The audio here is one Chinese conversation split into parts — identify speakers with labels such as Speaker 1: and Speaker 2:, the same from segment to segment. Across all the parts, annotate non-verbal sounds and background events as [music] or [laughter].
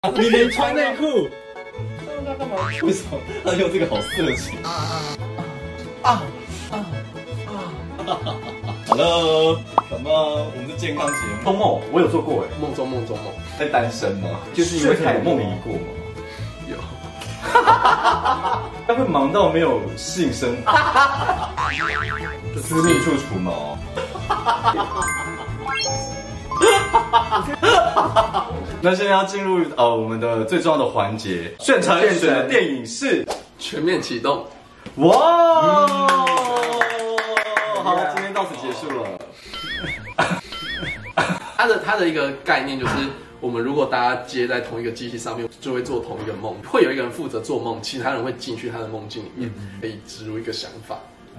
Speaker 1: 啊
Speaker 2: 你没穿内裤，
Speaker 1: [laughs] 那他干嘛？为什么他用这个好色情啊啊啊啊啊！Hello，什么？我们是健康节目，
Speaker 3: 做梦，我有做过哎，
Speaker 2: 梦中梦中梦，
Speaker 1: 在单身吗？
Speaker 3: 就是因为太有梦遗过吗？
Speaker 2: 有，
Speaker 3: [laughs] 他会忙到没有性生活，
Speaker 1: 私密处除毛，
Speaker 3: [laughs] 那现在要进入呃我们的最重要的环节，现场选的电影是
Speaker 2: 全面启动。
Speaker 3: 哇，好，今天到此结束了。
Speaker 2: 它的它的一个概念就是，我们如果大家接在同一个机器上面，就会做同一个梦，会有一个人负责做梦，其他人会进去他的梦境里面，可以植入一个想法。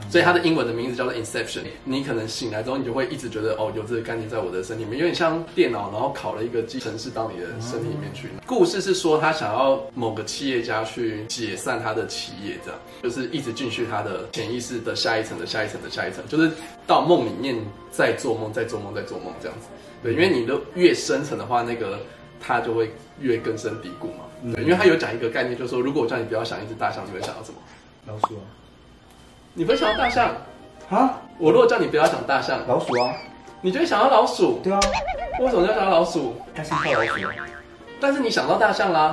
Speaker 2: 所以它的英文的名字叫做 Inception。你可能醒来之后，你就会一直觉得哦，有这个概念在我的身体里面，有点像电脑，然后拷了一个程式到你的身体里面去。故事是说，他想要某个企业家去解散他的企业，这样就是一直进去他的潜意识的下一层的下一层的下一层，就是到梦里面再做梦，再做梦，再做梦这样子。对，因为你的越深层的话，那个它就会越根深蒂固
Speaker 3: 嗯
Speaker 2: 嘛。对，因为它有讲一个概念，就是说，如果我叫你不要想一只大象，你会想到什么？
Speaker 3: 老鼠
Speaker 2: 你会想到大象。
Speaker 3: 啊，啊，
Speaker 2: 我如果叫你不要想大象，
Speaker 3: 老鼠啊，
Speaker 2: 你就会想到老鼠。
Speaker 3: 对啊，
Speaker 2: 为什么要想到老鼠？
Speaker 3: 但是怕老鼠啊，
Speaker 2: 但是你想到大象啦，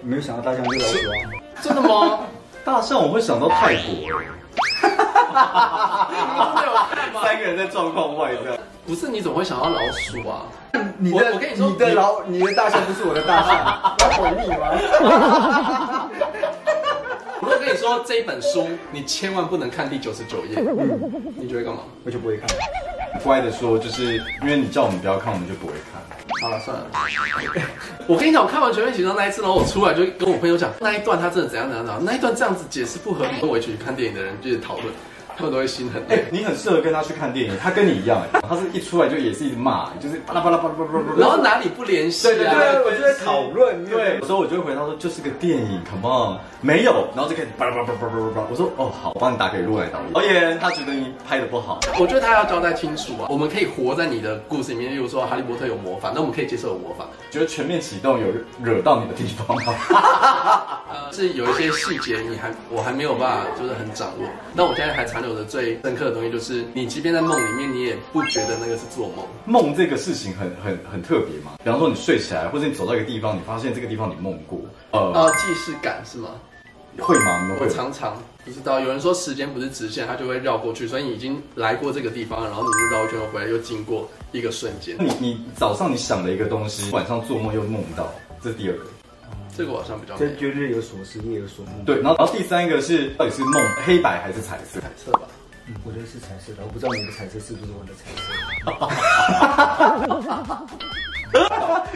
Speaker 3: 没有想到大象就是老鼠啊。
Speaker 2: 真的吗？
Speaker 3: 大象我会想到泰国，
Speaker 2: 你有看吗
Speaker 3: 三个人在状况外这样。
Speaker 2: 不是，你怎么会想到老鼠啊？
Speaker 4: 你
Speaker 2: 我
Speaker 4: 的
Speaker 2: 我跟你说
Speaker 4: 的老你的大象不是我的大 [laughs] 象，要毁你吗？
Speaker 2: 我如果跟你说这一本书，你千万不能看第九十九页，
Speaker 3: 嗯
Speaker 2: 你就会干嘛？
Speaker 4: 我就不会看。
Speaker 3: 乖的说，就是因为你叫我们不要看，我们就不会看。
Speaker 2: 好了，算了。 [laughs] 我跟你讲，我看完《全面启动》那一次，然后我出来就跟我朋友讲，那一段他真的怎样怎样怎样，那一段这样子解释不合理。跟我一起去看电影的人就是讨论，他们都会心很
Speaker 3: 哎、
Speaker 2: 累。
Speaker 3: 你很适合跟他去看电影，他跟你一样、哎，他是一出来就也是一直骂，欸就是巴拉巴拉巴拉巴拉巴拉。
Speaker 2: 然后哪里不联系
Speaker 3: 对对
Speaker 2: 啊？
Speaker 4: 对，我就在讨论。
Speaker 3: 对，有时候我就会回答说就是个电影，come on，没有，然后就开始巴拉巴拉巴拉巴拉巴拉。我说哦好，我帮你打给陆来导演，导演他觉得你拍的不好，
Speaker 2: 我觉得他要交代清楚啊。我们可以活在你的故事里面，例如说《哈利波特》有魔法，那我们可以接受有魔法。
Speaker 3: 觉得全面启动有惹到你的地方吗？ [laughs]
Speaker 2: 呃，是有一些细节你还我还没有办法就是很掌握。那我现在还残留的最深刻的东西就是，你即便在梦里面，你也不觉得那个是做梦。
Speaker 3: 梦这个事情很很很特别嘛，比方说你睡起来，或者你走到一个地方，你发现这个地方你梦过，呃，
Speaker 2: 呃，既视感是吗？
Speaker 3: 会吗？你们
Speaker 2: 我
Speaker 3: 会吗？
Speaker 2: 常常不知道，有人说时间不是直线，它就会绕过去，所以你已经来过这个地方，然后你就绕一圈又回来，又经过一个瞬间。
Speaker 3: 你你早上你想了一个东西，晚上做梦又梦到，这是第二个。
Speaker 2: 这个我好像比较没
Speaker 4: 这
Speaker 2: 有
Speaker 4: 就日有所思，夜有所梦。
Speaker 3: 对，然后然后第三个是到底是梦黑白还是彩色？
Speaker 2: 测吧。
Speaker 4: 嗯，我觉得是彩色的，我不知道你的彩色是不是我的彩色。
Speaker 3: [laughs]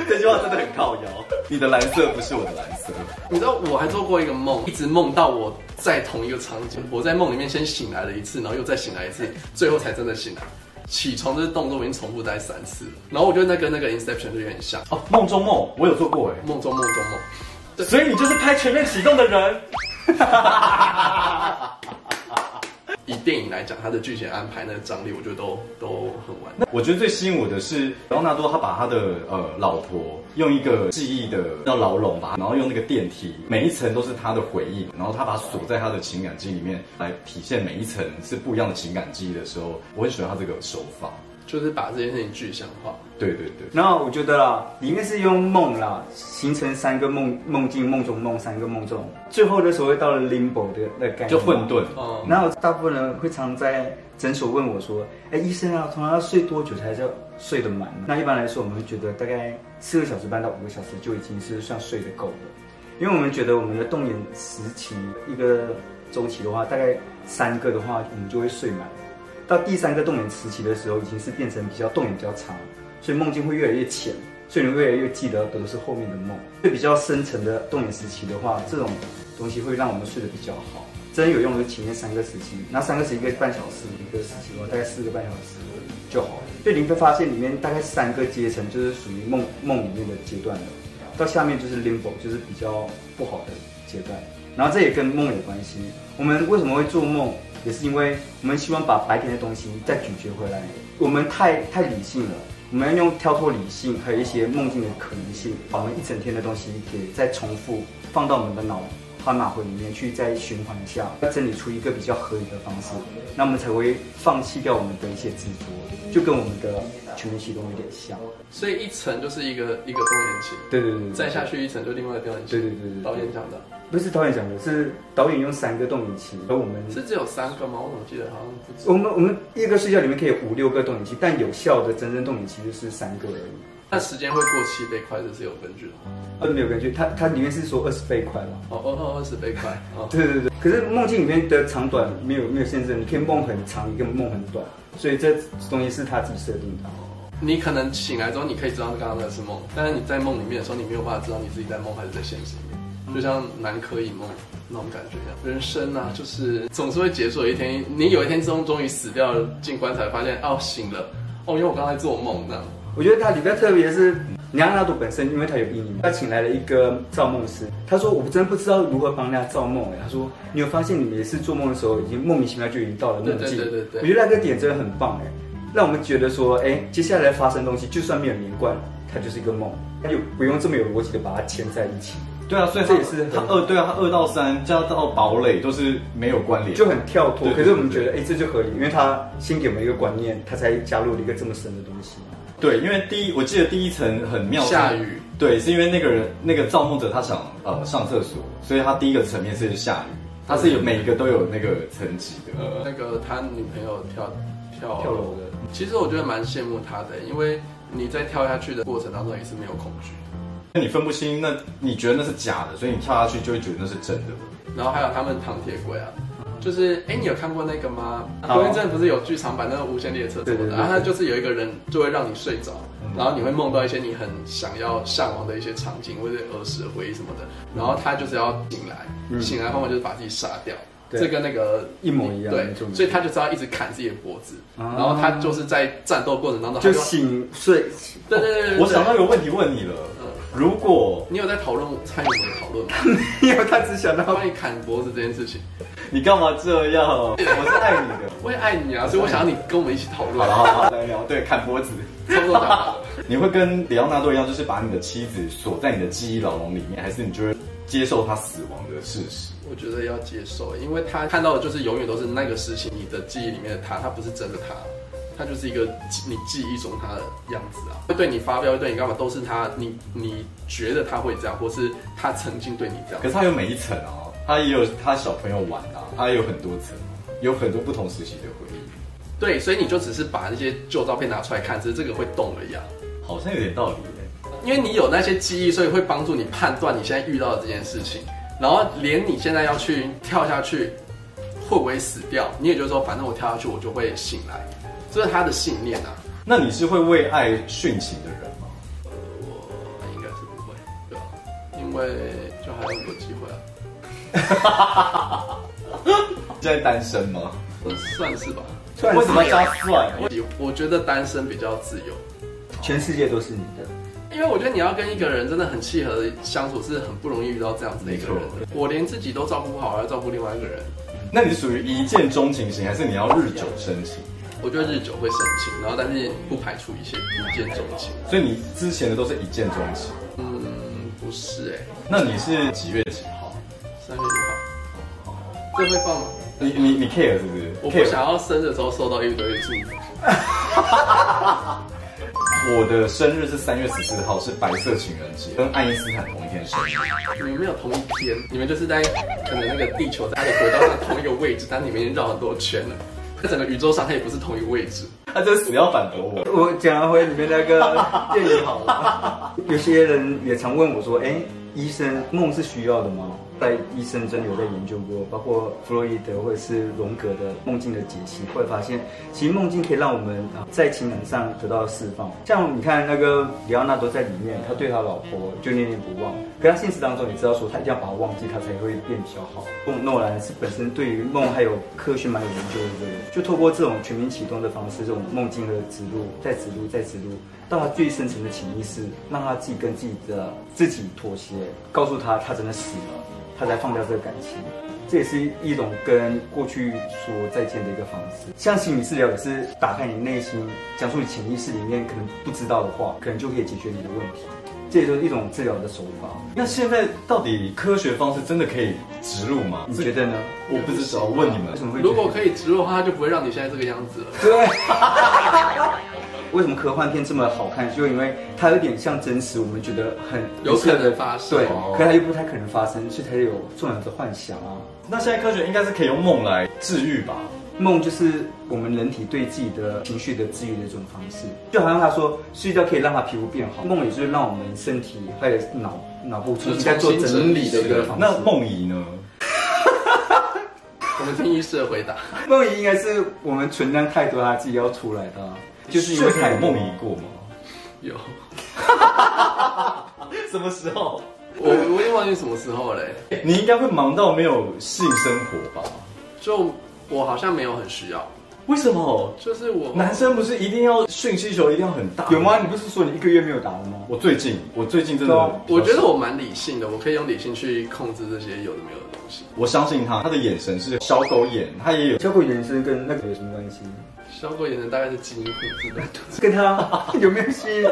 Speaker 3: 这句话真的很靠摇。你的蓝色不是我的蓝色，
Speaker 2: 你知道我还做过一个梦，一直梦到我在同一个场景，我在梦里面先醒来了一次，然后又再醒来一次，最后才真的醒来。起床这动作我已经重复大概三次了，然后我觉得那跟那个 Inception 就有点像，
Speaker 3: 哦，梦中梦我有做过哎，
Speaker 2: 梦中梦中梦。
Speaker 3: 所以你就是拍全面启动的人。
Speaker 2: 以电影来讲，它的剧情安排、那个张力，我觉得都都很完美。
Speaker 3: 我觉得最吸引我的是莱昂纳多，他把他的呃老婆用一个记忆的叫牢笼吧，然后用那个电梯，每一层都是他的回忆，然后他把它锁在他的情感记忆里面，来体现每一层是不一样的情感记忆的时候，我很喜欢他这个手法。
Speaker 2: 就是把这件事情具象化。
Speaker 3: 对对对，
Speaker 4: 然后我觉得啦，你应该是用梦啦，形成三个梦梦境、梦中梦、三个梦中，最后的时候会到了 limbo 的的概念，
Speaker 3: 就混。沌。
Speaker 2: 哦、
Speaker 4: 然后大部分人会常在诊所问我说：“哎，医生啊，通常要睡多久才叫睡得满呢？”那一般来说，我们会觉得大概四个小时半到五个小时就已经是算睡得够了，因为我们觉得我们的动眼时期一个周期的话，大概三个的话，我们就会睡满。到第三个动眼时期的时候，已经是变成比较动眼比较长，所以梦境会越来越浅，所以你越来越记得的都是后面的梦。对比较深层的动眼时期的话，这种东西会让我们睡得比较好。真有用的是前面三个时期，那三个是一个半小时，一个时期的话大概四个半小时就好了。所以你会发现里面大概三个阶层就是属于梦梦里面的阶段了，到下面就是 limbo，就是比较不好的阶段。然后这也跟梦有关系。我们为什么会做梦，也是因为我们希望把白天的东西再咀嚼回来。我们太太理性了，我们要用跳脱理性，还有一些梦境的可能性，把我们一整天的东西给再重复放到我们的脑海马回里面去，再循环一下，要整理出一个比较合理的方式，那我们才会放弃掉我们的一些执着，就跟我们的全面启动有点像。
Speaker 2: 所以一层就是一个一个多年期，
Speaker 4: 对对对对，
Speaker 2: 再下去一层就另外一个多年期。
Speaker 4: 对对对对
Speaker 2: 导演讲的，
Speaker 4: 不是导演讲的，是导演用三个动力器，而我们
Speaker 2: 是只有三个吗？我怎么记得好像不止。
Speaker 4: 我们我们一个睡觉里面可以有五六个动力器，但有效的真正动力器就是三个而已。
Speaker 2: 但时间会过期这一块是是有根据的吗。
Speaker 4: 呃，没有根据，它它里面是说二十倍快了。
Speaker 2: 哦，二二二十倍快。哦，
Speaker 4: 对对对，可是梦境里面的长短没有没有限制，你可以梦很长，也可以梦很短，所以这东西是他自己设定的。
Speaker 2: 你可能醒来之后，你可以知道刚刚那是梦，但是你在梦里面的时候，你没有办法知道你自己在梦还是在现实里
Speaker 4: 嗯
Speaker 2: 面，就像南柯一梦啊那种感觉一样。人生啊，就是总是会结束的一天，你有一天终终于死掉了，进棺材发现哦醒了，哦因为我刚才做梦这样。
Speaker 4: 我觉得它里边特别是尼亚纳多本身，因为他有阴影，他请来了一个造梦师。他说：“我真不知道如何帮人家造梦。”他说：“你有发现你每次做梦的时候，已经莫名其妙就已经到了梦境。”
Speaker 2: 对对对对对
Speaker 4: 我觉得那个点真的很棒哎，让我们觉得说，哎，接下来发生的东西就算没有连贯，它就是一个梦，它就不用这么有逻辑的把它牵在一起，
Speaker 3: 对啊，所以
Speaker 4: 这也是
Speaker 3: 他
Speaker 4: 很
Speaker 3: 二对啊，他二到三加到堡垒都是没有关联，
Speaker 4: 就很跳脱。
Speaker 3: 对对
Speaker 4: 可是我们觉
Speaker 3: 对
Speaker 4: 得，哎，这就合理，因为他先给我们一个观念，他才加入了一个这么深的东西。
Speaker 3: 对，因为第一，我记得第一层很妙，
Speaker 2: 下雨，
Speaker 3: 对，是因为那个人那个造梦者他想呃上厕所，所以他第一个层面是下雨，他是有每一个都有那个层级的，
Speaker 2: 那个他女朋友跳跳
Speaker 4: 跳楼的，
Speaker 2: 其实我觉得蛮羡慕他的，因为你在跳下去的过程当中也是没有恐惧的。
Speaker 3: 那你分不清，那你觉得那是假的，所以你跳下去就会觉得那是真的。
Speaker 2: 然后还有他们唐铁轨啊，
Speaker 4: 嗯
Speaker 2: 就是哎，你有看过那个吗？国一镇不是有剧场版那个无限列车什
Speaker 4: 对
Speaker 2: 么
Speaker 4: 对对
Speaker 2: 的，
Speaker 4: 对
Speaker 2: 然后它就是有一个人就会让你睡着，
Speaker 4: 嗯
Speaker 2: 然后你会梦到一些你很想要向往的一些场景或者儿时的回忆什么的，然后他就是要醒来，醒来的方法就是把自己杀掉。
Speaker 4: 嗯对
Speaker 2: 这跟那个
Speaker 4: 一模一样
Speaker 2: 对
Speaker 4: 没错，
Speaker 2: 所以他就知道一直砍自己的脖子，
Speaker 4: 啊
Speaker 2: 然后他就是在战斗过程当中，他
Speaker 4: 就
Speaker 2: 就
Speaker 4: 醒睡， [laughs]
Speaker 2: 对对对对，对
Speaker 3: 我想到有问题问你了，如果
Speaker 2: 你有在讨论参与我们的讨论吗？
Speaker 4: 因为他只想到
Speaker 2: 关于砍脖子这件事情，
Speaker 3: 你干嘛这样？我是爱你的。
Speaker 2: 我也爱你啊，所以我想要你跟我们一起讨论。
Speaker 3: 好了好了，来聊对砍脖子。
Speaker 2: 差不多讲完了。
Speaker 3: 你会跟里奥纳多一样，就是把你的妻子锁在你的记忆牢笼里面，还是你就会接受她死亡的事实？
Speaker 2: 我觉得要接受，欸因为他看到的就是永远都是那个时期你的记忆里面的他，他不是真的他，他就是一个记你记忆中他的样子啊，会对你发飙，会对你干嘛，都是他，你你觉得他会这样，或是他曾经对你这样
Speaker 3: 可。是他有每一层啊，他也有他小朋友玩啊，他也有很多层，有很多不同时期的回忆，
Speaker 2: 对，所以你就只是把那些旧照片拿出来看，只是这个会动而已啊。
Speaker 3: 好像有点道理耶。
Speaker 2: 因为你有那些记忆，所以会帮助你判断你现在遇到的这件事情，然后连你现在要去跳下去，会不会死掉，你也就是说，反正我跳下去我就会醒来，这是他的信念啊。
Speaker 3: [laughs] 那你是会为爱殉情的人吗？
Speaker 2: 我应该是不会，对吧、因为就还有很多机会啊，
Speaker 3: 现在单身吗？
Speaker 2: 我算是吧。
Speaker 4: 算
Speaker 3: 为什么要加算？
Speaker 2: 我我觉得单身比较自由，
Speaker 4: 啊全世界都是你的。
Speaker 2: 因为我觉得你要跟一个人真的很契合的相处是很不容易遇到这样子的一个人的。我连自己都照顾不好，还要照顾另外一个人，
Speaker 3: 那你属于一见钟情型，还是你要日久生情？
Speaker 2: 我觉得日久会生情，然后但是不排除一些一见钟情。
Speaker 3: 所以你之前的都是一见钟情，
Speaker 2: 嗯，不是哎、
Speaker 3: 那你是几月几号？
Speaker 2: 三月一号，这会放吗？
Speaker 3: 你你你 care 是不是？
Speaker 2: 我不
Speaker 3: care
Speaker 2: 想要生日的时候收到一堆祝福。
Speaker 3: 我的生日是三月十四号，是白色情人节，跟爱因斯坦同一天生日。
Speaker 2: 你们没有同一天，你们就是在可能那个地球在它的轨道上同一个位置，但你们已经绕很多圈了。 [laughs] 在整个宇宙上，它也不是同一个位置。
Speaker 3: 他真死要反驳我。
Speaker 4: 我讲回里面那个电影好了，有些人也常问我说：“哎，医生梦是需要的吗？”在医生真的有在研究过，包括弗洛伊德或者是荣格的梦境的解析，会发现其实梦境可以让我们啊在情感上得到释放。像你看那个里奥纳多在里面，他对他老婆就念念不忘，可他现实当中也知道说他一定要把它忘记，他才会变比较好。梦诺兰是本身对于梦还有科学蛮有研究的一个人，就透过这种全民启动的方式，这种梦境的植入、再植入、再植入，到他最深层的潜意识，让他自己跟自己的自己妥协，告诉他他真的死了。他才放掉这个感情。这也是一种跟过去说再见的一个方式。像心理治疗也是打开你内心，讲述你潜意识里面可能不知道的话，可能就可以解决你的问题。这也就是一种治疗的手法。
Speaker 3: 那现在到底科学方式真的可以植入吗？
Speaker 4: 你觉得呢？
Speaker 3: 我不知道，我问你们
Speaker 4: 为什么会觉得
Speaker 2: 如果可以植入的话，它就不会让你现在这个样子了。
Speaker 4: 对。为什么科幻片这么好看？就因为它有点像真实，我们觉得很
Speaker 2: 有可能发生
Speaker 4: 对
Speaker 3: 哦，
Speaker 4: 可它又不太可能发生，所以才有这样的幻想啊。
Speaker 3: 那现在科学应该是可以用梦来治愈吧？
Speaker 4: 梦就是我们人体对自己的情绪的治愈的一种方式，就好像他说睡觉可以让他皮肤变好，梦也就是让我们身体还有脑脑部重新再做
Speaker 2: 就是重新整
Speaker 4: 整理
Speaker 2: 理
Speaker 4: 的
Speaker 2: 的
Speaker 4: 一
Speaker 2: 一
Speaker 4: 个
Speaker 2: 个
Speaker 4: 方式。
Speaker 3: 那梦遗呢？
Speaker 2: 我们听医师的回答， [laughs]
Speaker 4: 梦遗应该是我们存量太多，他自己要出来的啊、就是因为太
Speaker 3: 有
Speaker 4: 多
Speaker 3: 梦遗过吗？
Speaker 2: 有
Speaker 3: 什么时候？
Speaker 2: 我我已经忘记什么时候嘞，
Speaker 3: 你应该会忙到没有性生活吧？
Speaker 2: 就我好像没有很需要，
Speaker 3: 为什么？
Speaker 2: 就是我
Speaker 3: 男生不是一定要讯息球一定要很大？
Speaker 4: 有吗？？你不是说你一个月没有打了吗？
Speaker 3: 我最近，我最近真的
Speaker 4: 对啊，
Speaker 2: 我觉得我蛮理性的，我可以用理性去控制这些有的没有的东西。
Speaker 3: 我相信他，他的眼神是小狗眼，他也有。
Speaker 4: 小狗延伸跟那个有什么关系？
Speaker 2: 小狗眼神大概是基因控制的，
Speaker 4: 跟他 [laughs] 有没有吸引？
Speaker 2: [laughs]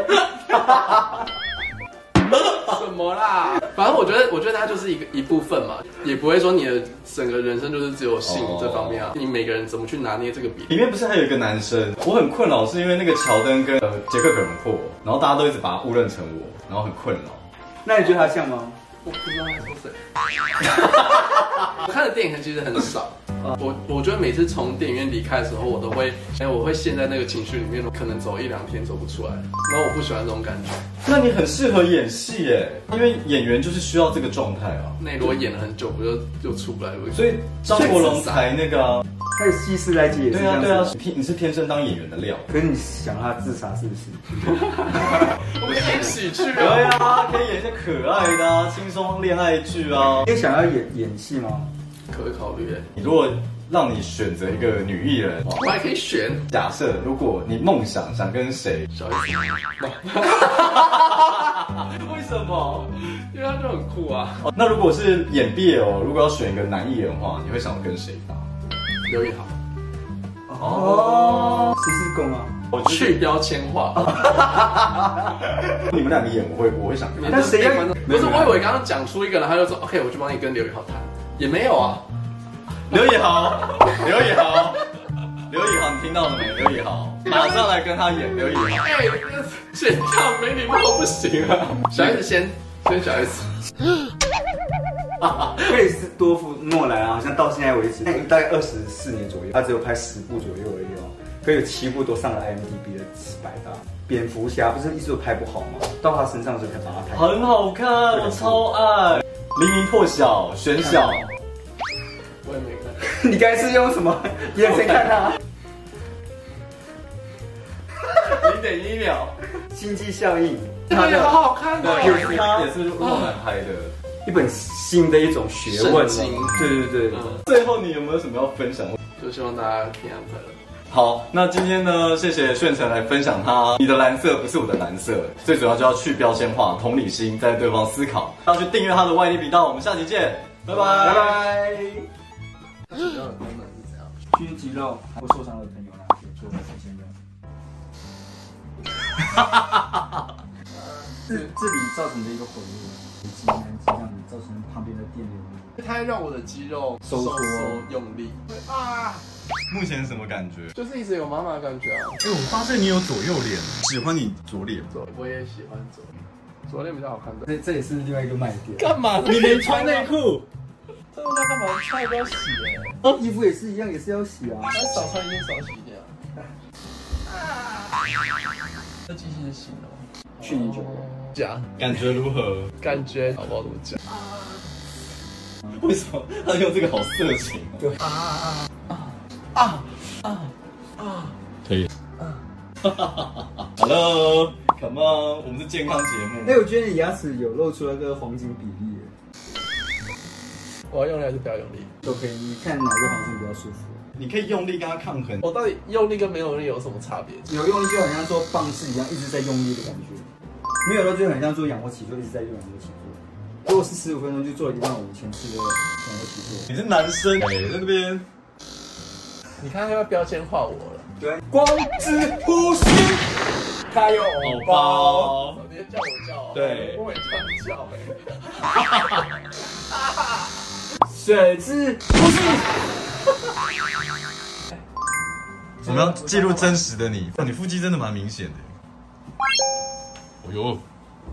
Speaker 2: 什么啦？反正我觉得，我觉得它就是一个一部分嘛，也不会说你的整个人生就是只有性
Speaker 3: 哦
Speaker 2: 这方面啊。你每个人怎么去拿捏这个比例？
Speaker 3: 里面不是还有一个男生，我很困扰，是因为那个乔丹跟呃杰克·葛伦霍，然后大家都一直把他误认成我，然后很困扰。
Speaker 4: 那你觉得他像吗？
Speaker 2: 我不知道他说谁。 [laughs] 我看的电影其实很少，我我觉得每次从电影院离开的时候，我都会，哎，我会陷在那个情绪里面，可能走一两天走不出来，然后我不喜欢这种感觉。
Speaker 3: 那你很适合演戏耶，因为演员就是需要这个状态啊。
Speaker 2: 那如果演了很久，不就就出不来了？
Speaker 3: 所以张国荣才那个、啊，
Speaker 4: 他的吸食来解也是
Speaker 3: 对
Speaker 4: 这
Speaker 3: 啊
Speaker 4: 样子
Speaker 3: 对
Speaker 4: 吗。
Speaker 3: 啊，你天你是天生当演员的料。
Speaker 4: 可是你想他自杀是不是？
Speaker 2: 我们演喜剧 [laughs]
Speaker 3: 对
Speaker 2: 啊，
Speaker 3: 啊，可以演一些可爱的啊，轻松恋爱剧啊。
Speaker 4: 你也想要演演戏吗？
Speaker 2: 可以考虑耶。
Speaker 3: 你如果让你选择一个女艺人，哦
Speaker 2: 我还可以选
Speaker 3: 假设如果你梦想想跟谁，
Speaker 2: 小一 [laughs] 点，
Speaker 3: 为什么？
Speaker 2: 因为他就很酷啊。
Speaker 3: 哦，那如果是演 BL，如果要选一个男艺人的话，你会想要跟谁搭？
Speaker 2: 刘宇豪，
Speaker 4: 哦，十四宫啊，
Speaker 3: 我
Speaker 2: 去，标签 [laughs] 化。
Speaker 3: 你们两个演，我会我会想跟
Speaker 2: 你
Speaker 3: 他。
Speaker 2: 这
Speaker 4: 那谁要
Speaker 2: 被观众不是，我以为刚刚讲出一个了，他就说 OK，我去帮你跟刘宇豪谈，也没有啊。
Speaker 3: 刘以豪，刘以豪，刘以豪，你听到了没？刘以豪，马上来跟他演刘以豪。
Speaker 2: 哎，这 [laughs] 选项没礼貌不行啊。小 S 先，先小 S。
Speaker 4: 克里斯多夫诺兰啊，好像到现在为止，那大概二十四年左右，他只有拍十部左右而已哦，可有七部都上了 IMDB 的百大。蝙蝠侠不是一直都拍不好吗？到他身上的时候才把他拍。
Speaker 3: 很好看，我超爱。黎明破晓，选小，
Speaker 2: 我也没看。
Speaker 4: [laughs] 你该是用
Speaker 3: [laughs]
Speaker 4: 什么眼神看他？
Speaker 3: 零点一秒，
Speaker 4: 经济效应，
Speaker 2: 那也好好看哦。
Speaker 3: 也是他，也是诺兰拍的。
Speaker 4: 一本新的一种学问
Speaker 2: 圣经
Speaker 4: 哦。对对对对，
Speaker 2: 嗯，
Speaker 3: 最后，你有没有什么要分享？
Speaker 2: 就希望大家平安快乐。
Speaker 3: 好，那今天呢，谢谢炫成来分享他你的蓝色不是我的蓝色，最主要就要去标签化，同理心在对方思考，要去订阅他的外力频道，我们下期见，拜拜，
Speaker 4: 拜。拜。
Speaker 2: 它主要的功能是怎样？
Speaker 4: 军肌肉或受伤的朋友呢，可以做这些 [laughs] 用。自自己造成的一个回路，肌难肌让你造成旁边的电流。
Speaker 2: 它会让我的肌肉
Speaker 4: 收缩
Speaker 2: 用力。会啊，
Speaker 3: 目前什么感觉？
Speaker 2: 就是一直有妈妈的感觉啊。
Speaker 3: 哎、我发现你有左右脸，喜欢你左脸。
Speaker 2: 我也喜欢左脸，左脸比较好看的。
Speaker 4: 这这也是另外一个卖点。
Speaker 1: 干嘛？
Speaker 3: 你连穿内裤，
Speaker 1: 这他干嘛？菜都要洗哎、
Speaker 4: 衣服也是一样，也是要洗啊。
Speaker 2: 那少穿一件，少洗一件啊。这机器是新的吗？
Speaker 4: 去年九月，
Speaker 2: 讲
Speaker 3: 感觉如何？
Speaker 2: 感觉好不好？怎么讲？
Speaker 3: 为什么他用这个好色情、哦？
Speaker 4: 对
Speaker 3: 啊啊啊啊啊啊！可以。Hello，Come on，我们是健康节目。
Speaker 4: 哎，我觉得你牙齿有露出那个黄金比例耶，
Speaker 2: 我要用力还是不要用力？
Speaker 4: 都可以。你看哪个黄金比较舒服？
Speaker 3: 你可以用力跟他抗衡。
Speaker 2: 我到底用力跟没有力有什么差别？
Speaker 4: 有用力就好像做棒式一样，一直在用力的感觉；没有的就很像做仰卧起坐，一直在用仰卧起坐。如果是十五分钟就做一万五千次的同个题做，
Speaker 3: 你是男生，哎、在那边
Speaker 2: 你看他要标签化我了，
Speaker 4: 对，光之呼吸，他有
Speaker 3: 好
Speaker 4: 偶包，
Speaker 3: 包，
Speaker 2: 你要叫我叫、哦，
Speaker 3: 对
Speaker 2: 我也这样叫哎、
Speaker 4: 水之呼吸，
Speaker 3: 我们要记录真实的你，哇你腹肌真的蛮明显的。哦呦，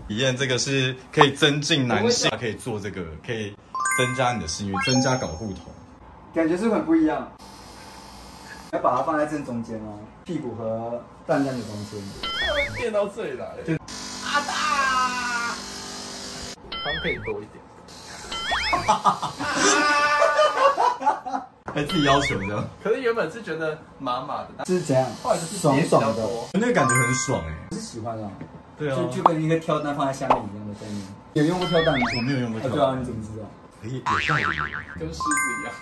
Speaker 3: 体验这个是可以增进男性，可以做这个，可以增加你的性欲，增加睾固酮。
Speaker 4: 感觉是很不一样。要把它放在正中间哦，屁股和蛋蛋的中间。
Speaker 2: 他会变到这里来。阿大，他们可以多一点。
Speaker 3: 还自己要求这样，
Speaker 2: 可是原本是觉得麻麻的，
Speaker 4: 是怎样？
Speaker 2: 后来就是
Speaker 4: 爽
Speaker 2: 叠比较
Speaker 4: 爽的，
Speaker 2: 多
Speaker 3: 那个感觉很爽哎、
Speaker 4: 我是喜欢啊。
Speaker 3: 对
Speaker 4: 就就跟一个挑蛋放在下面一样的概念。有用过挑蛋吗？
Speaker 3: 我没有用过
Speaker 4: 啊
Speaker 3: 挑蛋
Speaker 4: 对啊，你怎么知道？
Speaker 3: 可以有效率。
Speaker 2: 跟狮子一 [laughs] 样。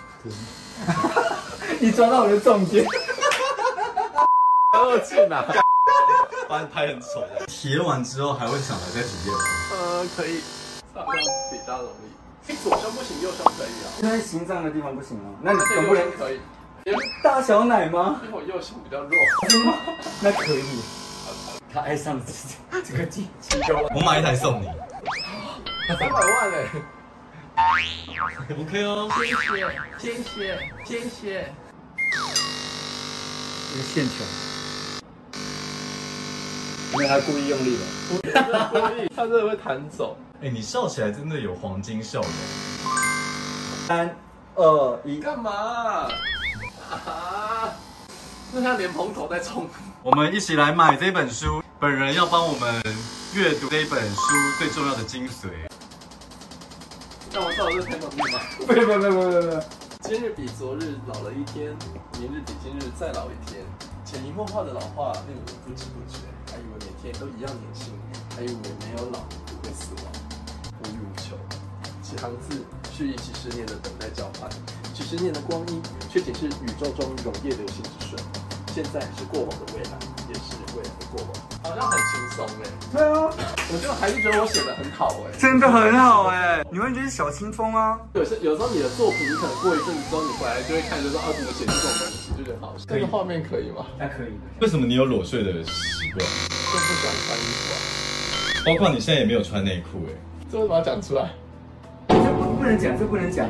Speaker 4: [laughs] 你抓到我的重点。
Speaker 2: 二进啊，
Speaker 3: 把你拍很丑的。体验完之后还会想来再体验吗？
Speaker 2: 呃，可以，这好像比较容易。左胸不行，右胸可以啊，
Speaker 4: 因为心脏的地方不行啊，那你
Speaker 2: 而且
Speaker 4: 总
Speaker 2: 右
Speaker 4: 不能
Speaker 2: 胸可以，因为
Speaker 4: 大小奶吗？
Speaker 2: 因为我右胸比较弱。
Speaker 4: 真的吗？ [laughs] 那可以。他爱上这这个技技高
Speaker 3: 我买一台送你。
Speaker 2: [laughs] 三百万哎、
Speaker 3: OK 哦。
Speaker 2: 啊谢谢，谢谢。
Speaker 4: 一个线条，因为他故意用力的。
Speaker 2: 他真的会弹走，
Speaker 3: 哎、你笑起来真的有黄金笑容。
Speaker 4: 三二一
Speaker 2: 你，干嘛 [laughs] 啊？啊那他连蓬头在冲， [laughs]
Speaker 3: 我们一起来买这本书，本人要帮我们阅读这本书最重要的精髓。
Speaker 2: 让我照这天蒙面吗？
Speaker 4: 不不不不不不，
Speaker 2: 今日比昨日老了一天，明日比今日再老一天。潜移默化的老化令我不知不觉，还以为每哎天都一样年轻，还以为没哎有老不会死亡，无欲无求。几行字，蓄意几十年的等待交换，几十年的光阴，却仅是宇宙中永夜流星之瞬。现在是过往的未来，也是未来的过往。好像很轻松哎，
Speaker 4: 对啊，
Speaker 2: 我就还是觉得我写的很好哎、
Speaker 4: [laughs] 真的很好哎、你会觉得小清风啊？
Speaker 2: 有时有时候你的作品，你可能过一阵子之后，你回来就会看，就说啊，怎么写这种东西，就觉得好笑。这个画面可以吗？
Speaker 4: 那可以的。
Speaker 3: 为什么你有裸睡的习惯？
Speaker 2: 就不喜欢穿衣服啊，
Speaker 3: 包括你现在也没有穿内裤哎。
Speaker 2: 这为什么要讲出来？
Speaker 4: 这不不能讲，这不能讲。